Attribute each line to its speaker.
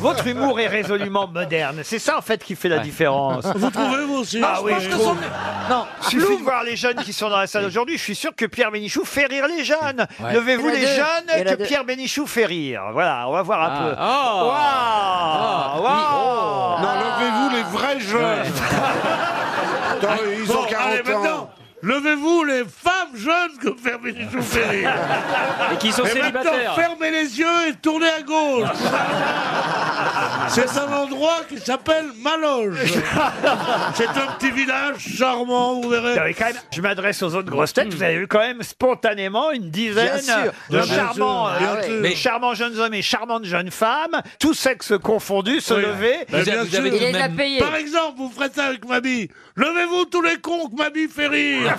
Speaker 1: Votre humour est résolument moderne. C'est ça, en fait, qui fait la différence.
Speaker 2: Vous trouvez, vous aussi
Speaker 1: Ah
Speaker 2: Je
Speaker 1: oui,
Speaker 2: pense
Speaker 1: je
Speaker 2: que
Speaker 1: trouve.
Speaker 3: Non,
Speaker 1: Suffit de voir les jeunes qui sont dans la salle aujourd'hui. Je suis sûr que Pierre Bénichou fait rire les jeunes. Levez-vous
Speaker 3: Il y en a
Speaker 1: les
Speaker 3: deux. Il y
Speaker 1: jeunes
Speaker 3: en a
Speaker 1: que
Speaker 3: deux.
Speaker 1: Pierre Bénichou fait rire. Voilà, on va voir un peu.
Speaker 2: Oh.
Speaker 4: Ah.
Speaker 1: Waouh Waouh
Speaker 5: Non, levez-vous les vrais jeunes. Attends, ils
Speaker 2: Bon,
Speaker 5: ont 40
Speaker 2: allez,
Speaker 5: ans.
Speaker 2: maintenant, levez-vous les femmes jeunes que fermez les joues ferrées.
Speaker 4: Et qui sont
Speaker 2: Et maintenant,
Speaker 4: célibataires.
Speaker 2: fermez les yeux et tournez à gauche. C'est un endroit qui s'appelle Maloge. C'est un petit village charmant, vous verrez.
Speaker 1: Non, mais quand même, je m'adresse aux autres grosses
Speaker 2: Hmm.
Speaker 1: têtes. Vous avez eu quand même spontanément une dizaine
Speaker 3: sûr.
Speaker 1: de
Speaker 2: Bien sûr,
Speaker 1: charmants,
Speaker 2: bien
Speaker 1: euh,
Speaker 2: sûr.
Speaker 1: de charmants jeunes hommes et charmantes jeunes femmes, tous sexes confondus, se
Speaker 2: Oui.
Speaker 1: lever.
Speaker 2: Ben,
Speaker 4: Vous
Speaker 2: bien
Speaker 4: avez- vous avez
Speaker 2: sûr.
Speaker 4: tout
Speaker 6: Il
Speaker 4: de
Speaker 6: les a
Speaker 4: même-
Speaker 6: payés.
Speaker 2: Par exemple, vous ferez ça avec Mabi. Levez-vous tous les cons que Mabi fait rire.